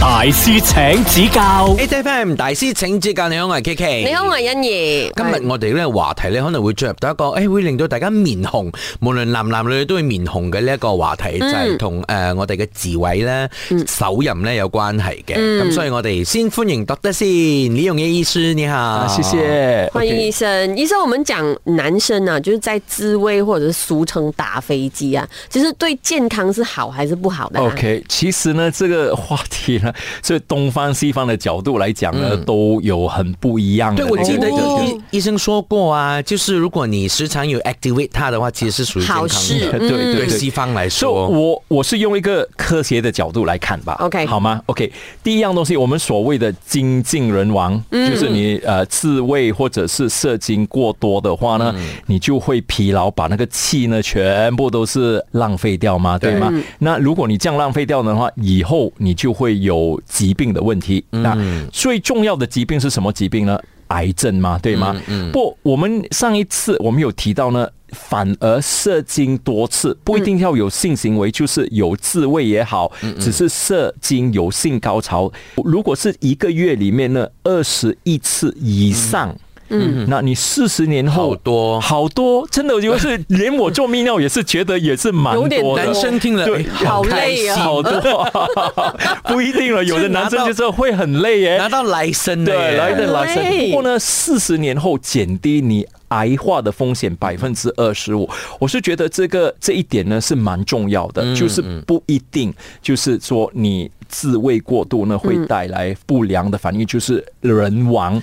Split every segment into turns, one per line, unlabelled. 大師請指教
A T F M 大師請指教，你好，我係 K K。
你好，我係欣怡。
今日我哋呢個話題咧，可能會進入到一個，誒、會令到大家面紅，無論男男女女都會面紅嘅呢一個話
嗯
題，就係同誒我哋嘅自位咧、手淫咧有關係嘅。咁、
嗯
所以我哋先歡迎 Doctor 先，李永業醫師，你好，
啊！谢。谢，
欢迎
OK
醫生。醫生，我們講男生啊，就是在自慰或者是俗稱打飞机啊，其實對健康是好還是不好的、啊
OK，其实呢，这个话题呢，所以东方西方的角度来讲呢，都有很不一样
對，
的。
我記得醫、
哦
醫生說過啊，就是如果你時常有 activate 它的話，其實是屬於健康
好
的
事。嗯
对对
對
对，
西方來
所以
說，
我我是用一个科学的角度来看吧
OK
好吗？OK，第一样东西，我们所谓的精尽人亡，就是你呃自慰或者是射精过多的话呢，你就会疲劳，把那个气呢全部都是浪费掉嘛，对吗？啊那如果你这样浪费掉的话，以后你就会有疾病的问题。那最重要的疾病是什么疾病呢？癌症嘛，对吗？不，我们上一次我们有提到呢，反而射精多次不一定要有性行为，就是有自慰也好，嗯只是射精有性高潮。如果是一个月里面呢，二十一次以上。嗯，那你四十年后
好多
好多，真的，就是连我做泌尿也是觉得也是蛮
有点
多的。
男生聽了，
對
哎
好累啊
好多， 不一定了。有 的男生就是会很累耶，
拿到來生了
对，
耶
来一点来
对
生。不过呢，四十年后减低你癌化的风险百分之二十五，我是觉得这个这一点呢是蛮重要的，就是不一定就是说你。自慰过度呢，会带来不良的反应，就是人亡。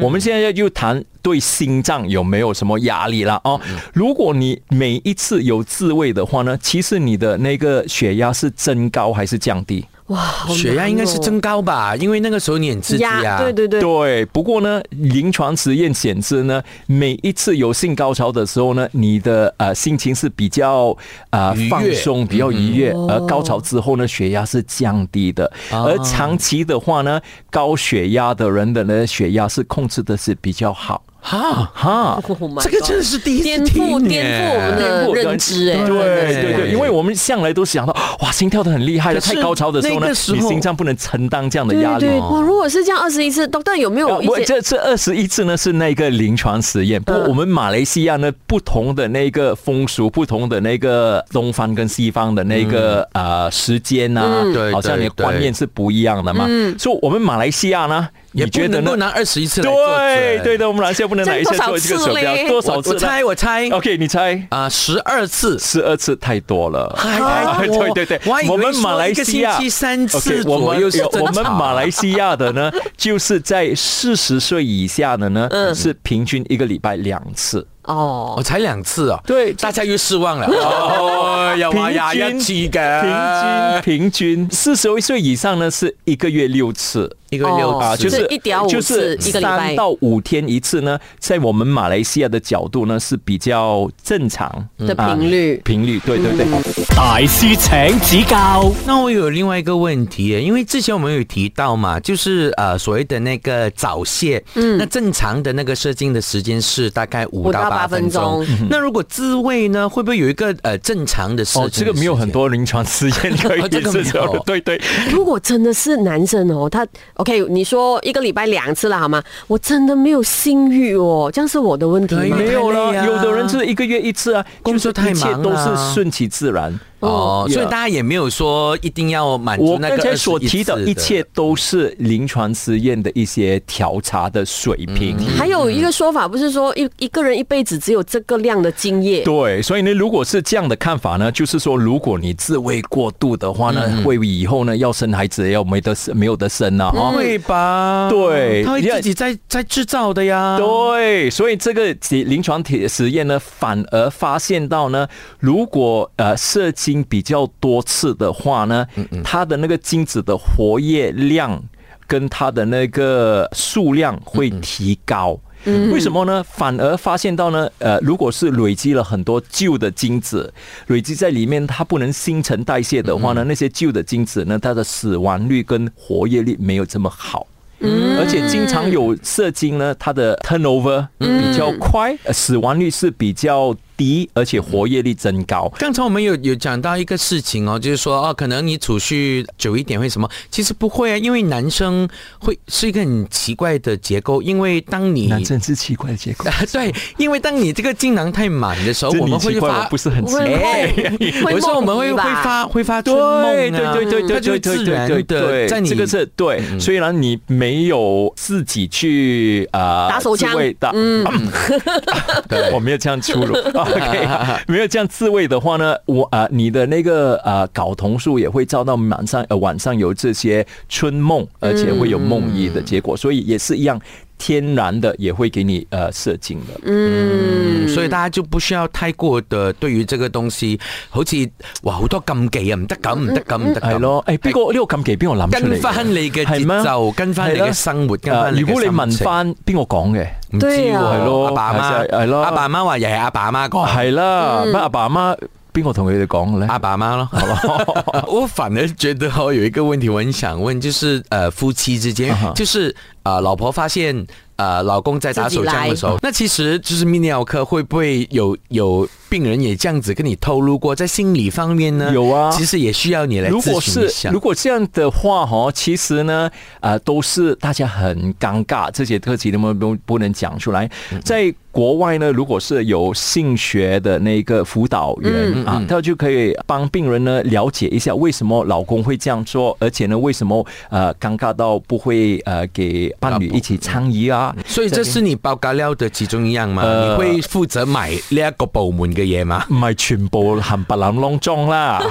我们现在就谈对心脏有没有什么压力啦？哦，如果你每一次有自慰的话呢，其实你的那个血压是增高还是降低？
哇，好难哦
血壓應該是增高吧，因為那個時候你很刺激
呀
啊。
对对对，
对，不过呢，临床实验显示呢，每一次有性高潮的时候呢，你的呃心情是比较呃
愉悦嗯
放松、比较愉悦，而高潮之后呢，血压是降低的。
哦
而长期的话呢，高血压的人的呢，血压是控制的是比较好。
哈，
哈，
Oh my
這個真的是第一次
颠覆
聽
颠覆
耶
我们的认知
欸
哎、
对对
对
对，因为我们向来都想到，哇，心跳的很厉害的，
可是
太高潮的时候
那
呢，
个时候
你心脏不能承担这样的压
对
力。
对，哇！如果是这样二十一次，Doctor 有没
呃
有哦一
我
些嗯
这次二十一次呢是那个临床实验，不过我们马来西亚呢不同的那个风俗，不同的那个东方跟西方的那个、呃时间呐、
嗯对
好像你的观念是不一样的嘛。
嗯
所以我们马来西亚呢，
也
你
不
觉得
能
呢
够？拿二十一次来做
对
准
对的，我们马来西亚不能拿一下做这个手
这样多少次嘞
表，多少
我
次
我
呢？
猜我猜
OK，你猜
啊，十二次。
十二次太多了。
啊
哎
对 对对，
我还以为
我们马来西
说一个星
亚
期三次
OK，我
左
们
右是
有
正
我们
常
马来西亚的呢，就是在四十岁以下的呢，是平均一个礼拜两次。
哦
我？才两次哦，
对
大家又失望了。哦，又
平
話廿一
均
次嘅，
平均平均四十岁以上呢是一个月六次。
一个六
哦
啊，就
次
就是
是
1.5
就是
次一个礼拜
三到五天一次呢，在我们马来西亚的角度呢是比较正常
的
啊
频率
频率对对对，
大师请指教，
那我有另外一个问题耶，因为之前我们有提到嘛，就是呃所谓的那个早泄，嗯，那正常的那个射精的时间是大概五
5到
到
8
八分钟嗯
分钟。
那如果自慰呢，会不会有一个呃正常的射精
哦
的，时
这
间？
个没有很多临床实验可
哦这
以
个
是
没有
对对，
如果真的是男生哦，他 OK，你说一个礼拜两次了好吗？我真的没有性欲哦，这样是我的问题
对因
吗
为？
没有
太累啊
了，有的人是一个月一次啊，
工作太
就是一
忙
切
了
都是顺其自然。
哦，所以
Yeah
大家也没有说一定要满足
我
那
刚
个
才所
21
提的
次
一切都是临床实验的一些调查的水平。
嗯
还有一个说法不是说一一个人一辈子只有这个量的精液，
对，所以呢，如果是这样的看法呢，就是说，如果你自慰过度的话呢，
嗯
会以后呢要生孩子要没得生没有得生啊。哦
会吧？
对
他会
要
自己在在制造的呀。
对，所以这个实临床体实验呢，反而发现到呢，如果呃射精比较多次的话呢，它的那个精子的活跃量跟它的那个数量会提高。为什么呢？反而发现到呢，呃，如果是累积了很多旧的精子，累积在里面，它不能新陈代谢的话呢，那些旧的精子呢，它的死亡率跟活跃率没有这么好。而且经常有射精呢，它的 turnover 比较快，呃死亡率是比较低，而且活跃力增高。
刚才我们有有讲到一个事情哦，就是说啊，可能你储蓄久一点会什么？其实不会啊，因为男生会是一个很奇怪的结构，因为当你
男生是奇怪的结果，
对，因为当你这个精囊太满的时候，
这
我
你
们会
奇怪，
发
我不是很奇怪。
会会
哎我说我们会
梦遗
会
吧
发会
嗯
发春
对
梦啊，
对对对对
它就
对
自
对
然
对对嗯
的，
对，
在你
这个是对。虽然你没有自己去啊
打手枪
打，嗯， 我没有这样粗鲁，OK，没有这样自慰的话呢，我啊、你的那个啊睾酮素也会遭到晚上呃晚上有这些春梦，而且会有梦呓的结果，所以也是一样。天然的也会给你呃射精的，
嗯，所以大家就不需要太过的對於這個東西，好似哇好多禁忌啊，唔得咁，唔得咁，唔
係
得咁。
哎咯，誒邊個呢個咁奇邊個諗出嚟嘅？
哎跟翻你嘅
係咩
節奏，跟翻你
係
嘅
咯
生活，跟
啊
翻你嘅
如果你
心
問
情
翻邊個講嘅？
唔知
對
喎，
啊係
咯
阿爸阿媽
係咯
阿爸阿媽話又係阿爸阿媽講，
係哦啦，乜阿爸阿媽邊個同佢哋講嘅咧？
阿爸阿媽咯，哦 我反而覺得哦，有一個問題我很想問，就是呃夫妻之間，就是呃老婆發現呃老公在打手槍的時候，那其實就是泌尿科會不會有有病人也這樣子跟你透露過，在心理方面呢？
有啊
其實也需要你來
如
諮
果
詢一
是
下。
如果这样的话哈，其实呢，呃，都是大家很尴尬，这些特辑能不能不能讲出来？在国外呢，如果是有性学的那个辅导员、啊，他就可以帮病人呢了解一下为什么老公会这样做，而且呢，为什么呃尴尬到不会呃给伴侣一起参与啊？
所以這是你包咖料的其中一樣嘛？
呃
你會負責買呢一個部門嘅嘢嘛？
唔係全部冚唪唥窿裝啦。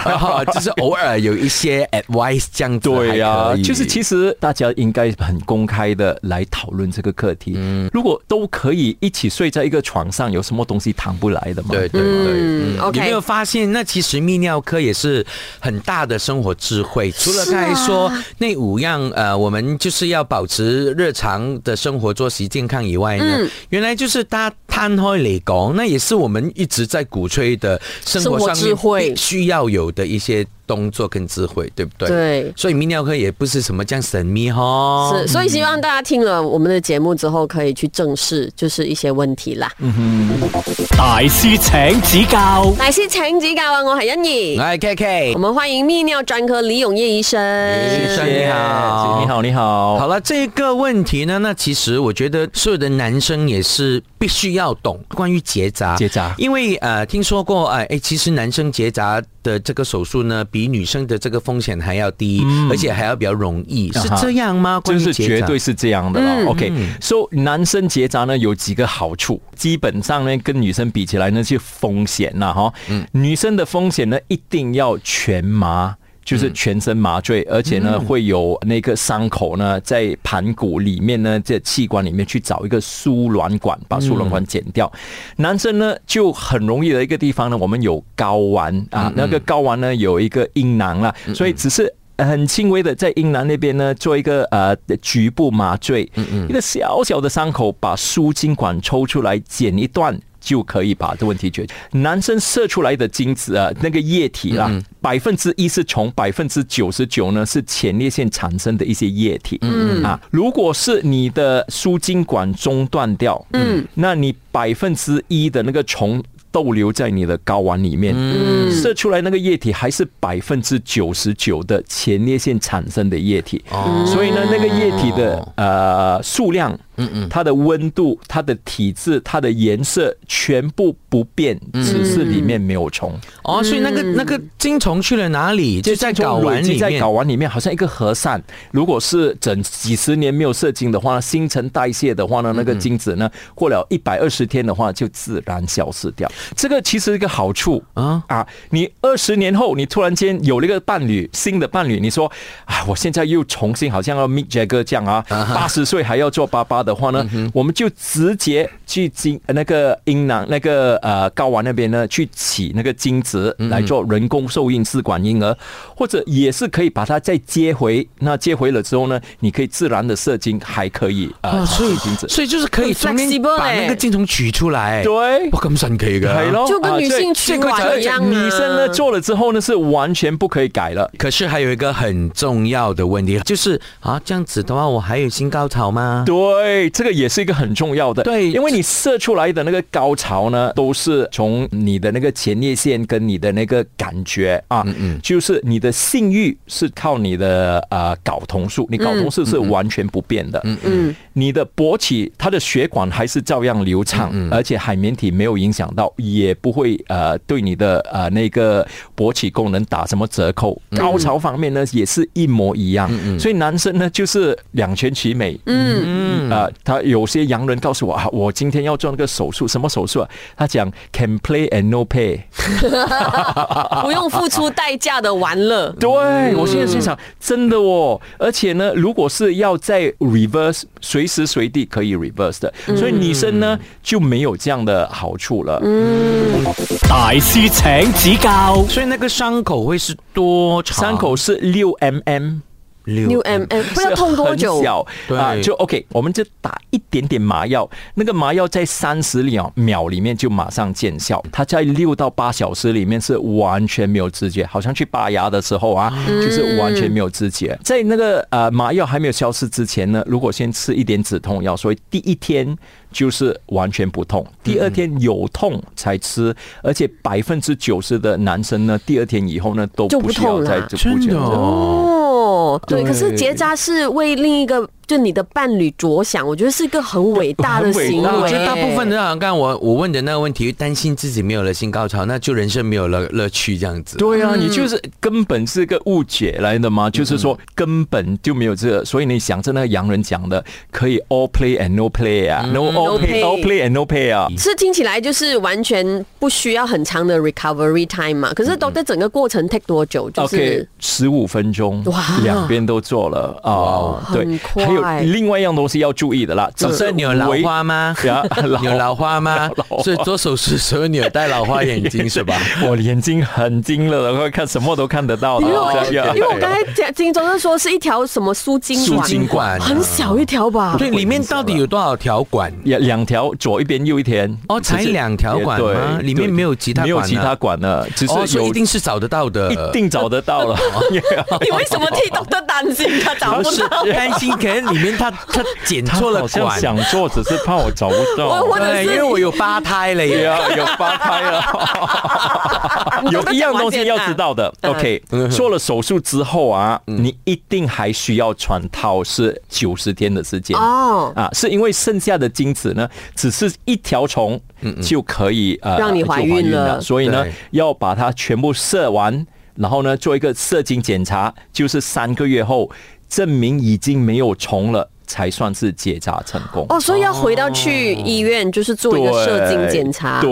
就是偶爾有一些 advice 這樣子還可以。
对呀、就是其实大家应该很公开的来讨论这个课题。
嗯
如果都可以一起睡在一个床上，有什么东西谈不来的嘛？
对对对。
嗯
有没
，OK，
有发现，那其实泌尿科也是很大的生活智慧。除了刚才说、那五样，呃，我们就是要保持日常的生活作息健康以外呢，
嗯
原来就是它摊开嚟讲，那也是我们一直在鼓吹的生活
生活
上面
智慧
必须要有的一些动作跟智慧，对不对？。
对。
所以泌尿科也不是什么这样神秘哈。
嗯
是，所以希望大家听了我们的节目之后，可以去正视就是一些问题
嗯
啦。
大师请指教，
乃是请指教啊，我系欣怡，
来 K K
我。们欢迎泌尿专科李永 业医生。
医生你好
你好，你好。
好了，这个问题呢，那其实我觉得所有的男生也是必须要懂关于结扎，
结扎
因为呃，听说过，哎、哎，其实男生结扎的这个手术呢，比女生的这个风险还要低，而且还要比较容易，是
嗯啊哈
这样吗？关
就
于
是
结
绝
扎嗯
对是这样的了。OK，so、男生结扎呢有几个好处，基本上呢跟女生比起来呢是风险呐哈。
嗯
女生的风险呢一定要全麻。就是
嗯
全身麻醉，而且呢会有那个伤口呢在盘骨里面呢，在气管里面去找一个输卵管，把
嗯
输卵管剪掉。男生呢就很容易的一个地方呢，我们有睾丸
嗯
啊，那个睾丸呢有一个阴囊啦，所以只是很轻微的在阴囊那边呢做一个呃局部麻醉，一个小小的伤口，把输精管抽出来剪一段。就可以把这问题解决。男生射出来的精子啊，呃那个液体啦，百分之一是从百分之九十九呢是前列腺产生的一些液体。嗯啊，如果是你的输精管中断掉，嗯，那你百分之一的那个虫逗留在你的睾丸里面，射出来那个液体还是百分之九十九的前列腺产生的液体，所以呢，那个液体的呃数量，嗯嗯，它的温度、它的体质、它的颜色全部不变，只是里面没有虫，
哦，所以那个
嗯
那个精虫去了哪里？就在
这种
睾丸
累积
里
在
面
睾。丸里面好像一个和善。如果是整几十年没有射精的话，新陈代谢的话呢，那个精子
嗯
呢，过了一百二十天的话就自然消失掉。这个其实一个好处
啊
啊啊，你二十年后你突然间有了一个伴侣，新的伴侣，你说啊，我现在又重新好像要 Mick Jagger 这样啊，八十岁还要做爸爸的话呢，我们就直接去精那个阴囊那个呃睾丸那边呢去取那个精子来做人工受孕试管婴儿，或者也是可以把它再接回，那接回了之后呢，你可以自然的射精，还可以
哦
啊，
所以
取精子，
所以就是可以
很
从面
flexible
把那个
嘞
精虫取出来。
对
哇，咁神奇噶。
系咯，
哎就跟
啊
女
所以
性取
这个
卵
才
一样啊
女生呢做了之后呢是完全不可以改了。
可是还有一个很重要的问题，就是啊，这样子的话，我还有新高潮吗？
对，对，这个也是一个很重要的。
对
因为你射出来的那个高潮呢，都是从你的那个前列腺跟你的那个感觉啊，嗯嗯，就是你的性欲是靠你的呃睾酮素，你睾酮素是完全不变的，嗯嗯，你的勃起它的血管还是照样流畅，而且海绵体没有影响到，也不会呃对你的呃那个勃起功能打什么折扣。高潮方面呢也是一模一样，所以男生呢就是两全其美，嗯。嗯啊、他有些洋人告诉我啊，我今天要做那个手术，什么手术啊？他讲 can play and no pay。
不用付出代价的玩乐。
对，我现在心想，真的哦，而且呢，如果是要在 reverse，随时随地可以 reverse 的，所以女生呢就没有这样的好处了。
大师请指教，
所以那个伤口会是多长？
伤口是六 mm。
六
New M M 不知道痛多久
是很，小
对
啊，就 OK，我们就打一点点麻药，那个麻药在三十秒秒里面就马上见效，它在六到八小时里面是完全没有知觉，好像去拔牙的时候啊，
嗯
就是完全没有知觉。在那个呃麻药还没有消失之前呢，如果先吃一点止痛药，所以第一天。就是完全不痛，第二天有痛才吃，而且百分之九十的男生呢，第二天以后呢都
就不
不需要
痛
再
了
就不
真
觉
的
得
哦。
哦，对，
对
可是结扎是为另一个就你的伴侣着想，我觉得是一个很伟大的
很伟
行
大
为。
我觉得大部分人好像刚刚我我问的那个问题，担心自己没有了性高潮，那就人生没有了乐趣这样子。
对
嗯
啊，你就是根本是个误解来的嘛，就是说根本就没有这个，所以你想着那个洋人讲的，可以 all play and no play 啊，no all
嗯 no
play
pay
all play and no pay 啊。
是听起来就是完全不需要很长的 recovery time 嘛？
嗯
可是都在整个过程 take 多久？就是
OK，十五分钟
哇，
两边都做了啊，
很
对，
快
还有另外一样东西要注意的啦，只
只是你有老
唯
花吗？
呀，
你有老花吗？所以做手术的时候你有戴老花眼 镜是吧？
我眼睛很精了，然后看什么都看得到的
因为我、
哦这样
因为我刚才讲金钟是说是一条什么输精管，
输精管
很小一条吧？
对，里面到底有多少条管？
也两条，左一边，右一边。
哦才两条管
对
吗
对
里面没有其他
没有
管啊
其他管了，只是
哦，所以
有
一定是找得到的。
一定找得到了。
你为什么 替 Doctor 担心他找不
是
到？
担心，可能里面他他 剪
他
错了
好像
管。
想做，只是怕我找不到。
我或者
对，
是
因为我有八胎了
对
耶。
啊，有八拍了，有一样东西要知道的。
嗯
OK，做了手术之后啊，你一定还需要穿套，是九十天的时间。
哦，
啊，是因为剩下的精子呢，只是一条虫就可以呃
让你
就
怀
怀
孕
孕
了
所以呢
对，
要把它全部射完，然后呢做一个射精检查，就是三个月后证明已经没有虫了，才算是结扎成功。
哦，所以要回到去医院，就是做一个射精检查。
对。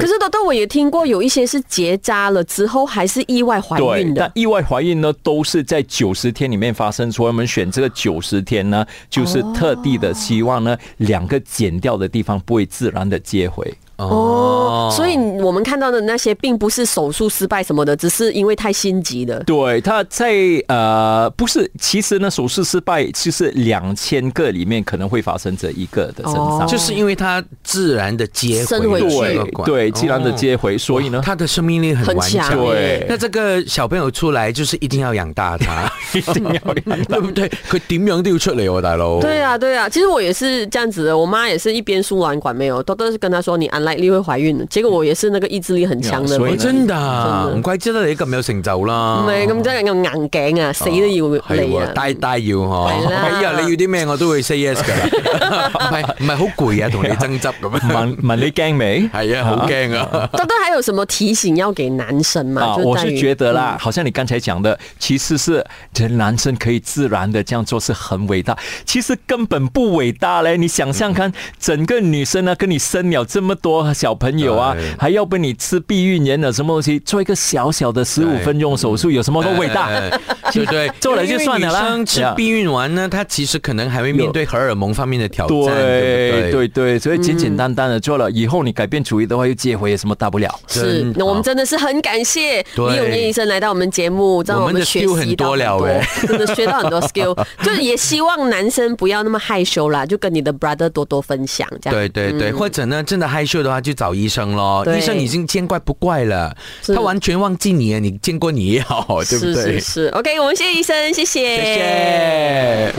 可是豆豆，我也听过有一些是结扎了之后还是意外怀
对，
孕
但
的，
意外怀孕呢，都是在九十天里面发生，所以我们选这个九十天呢，就是特地的希望呢，两个剪掉的地方不会自然的接回。
哦，所以我们看到的那些并不是手术失败什么的，只是因为太心急了。
对，他在呃，不是，其实呢，手术失败就是两千个里面可能会发生这一个的身上，
哦
就是因为他自然的接
伸回
回
去
这个
对
管
对，既然的接回，所 以呢，
他的生命力很
很
顽
强
强。
对
那这个小朋友出来就是一定要养大他，
一定要养
对
到。
不对？佢點樣都要出嚟喎，大 佬。
对啊，对啊，其实我也是这样子的。我妈也是一边输卵管没有，豆豆是跟她说你 unlikely 会怀孕的，结果我也是那个意志力很强的
所以
喂，
人，
真噶，
真的
唔怪之得你咁有成就啦。
唔係咁真係咁硬頸啊，死都要
係
嚟
喎，
啊！
帶帶要嗬。
係啦
以後你要啲咩我都會 say yes 噶啦。唔係唔係好攰啊，同你爭執咁樣。
问问你惊 未？
係啊，好驚啊。
豆豆还有什么提醒要给男生吗？
啊，
就
我
在于
是觉得
嗯
啦，好像你刚才讲的，其实是这男生可以自然的这样做是很伟大，其实根本不伟大嘞。你想象
嗯
看，整个女生啊呢、跟你生了这么多小朋友啊
对，
还要被你吃避孕盐啊的什么东西，做一个小小的十五
对
分钟手术，有什么都伟大？
哎对对，
做了就算了啦
因为女生吃避孕丸呢，她其实可能还会面对荷尔蒙方面的挑战，
对
对不对？
对对，所以简简单单的做了，以后你改变主意的话，又接回有什么大不了？
嗯是
真，
那我们真的是很感谢
对
李永业医生来到我们节目，让
我们的
学习到
skill 很多了欸
真的学到很多 skill。就是 也希望男生不要那么害羞啦，就跟你的 brother 多多分享，这样
对对对，或者呢，真的害羞的话就找医生咯，
对
医生已经见怪不怪了，
是
他完全忘记你了，你见过你也好，对不对？
是是是，OK，我们谢谢医生，谢谢
谢谢。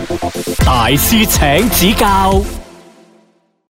大师请指教。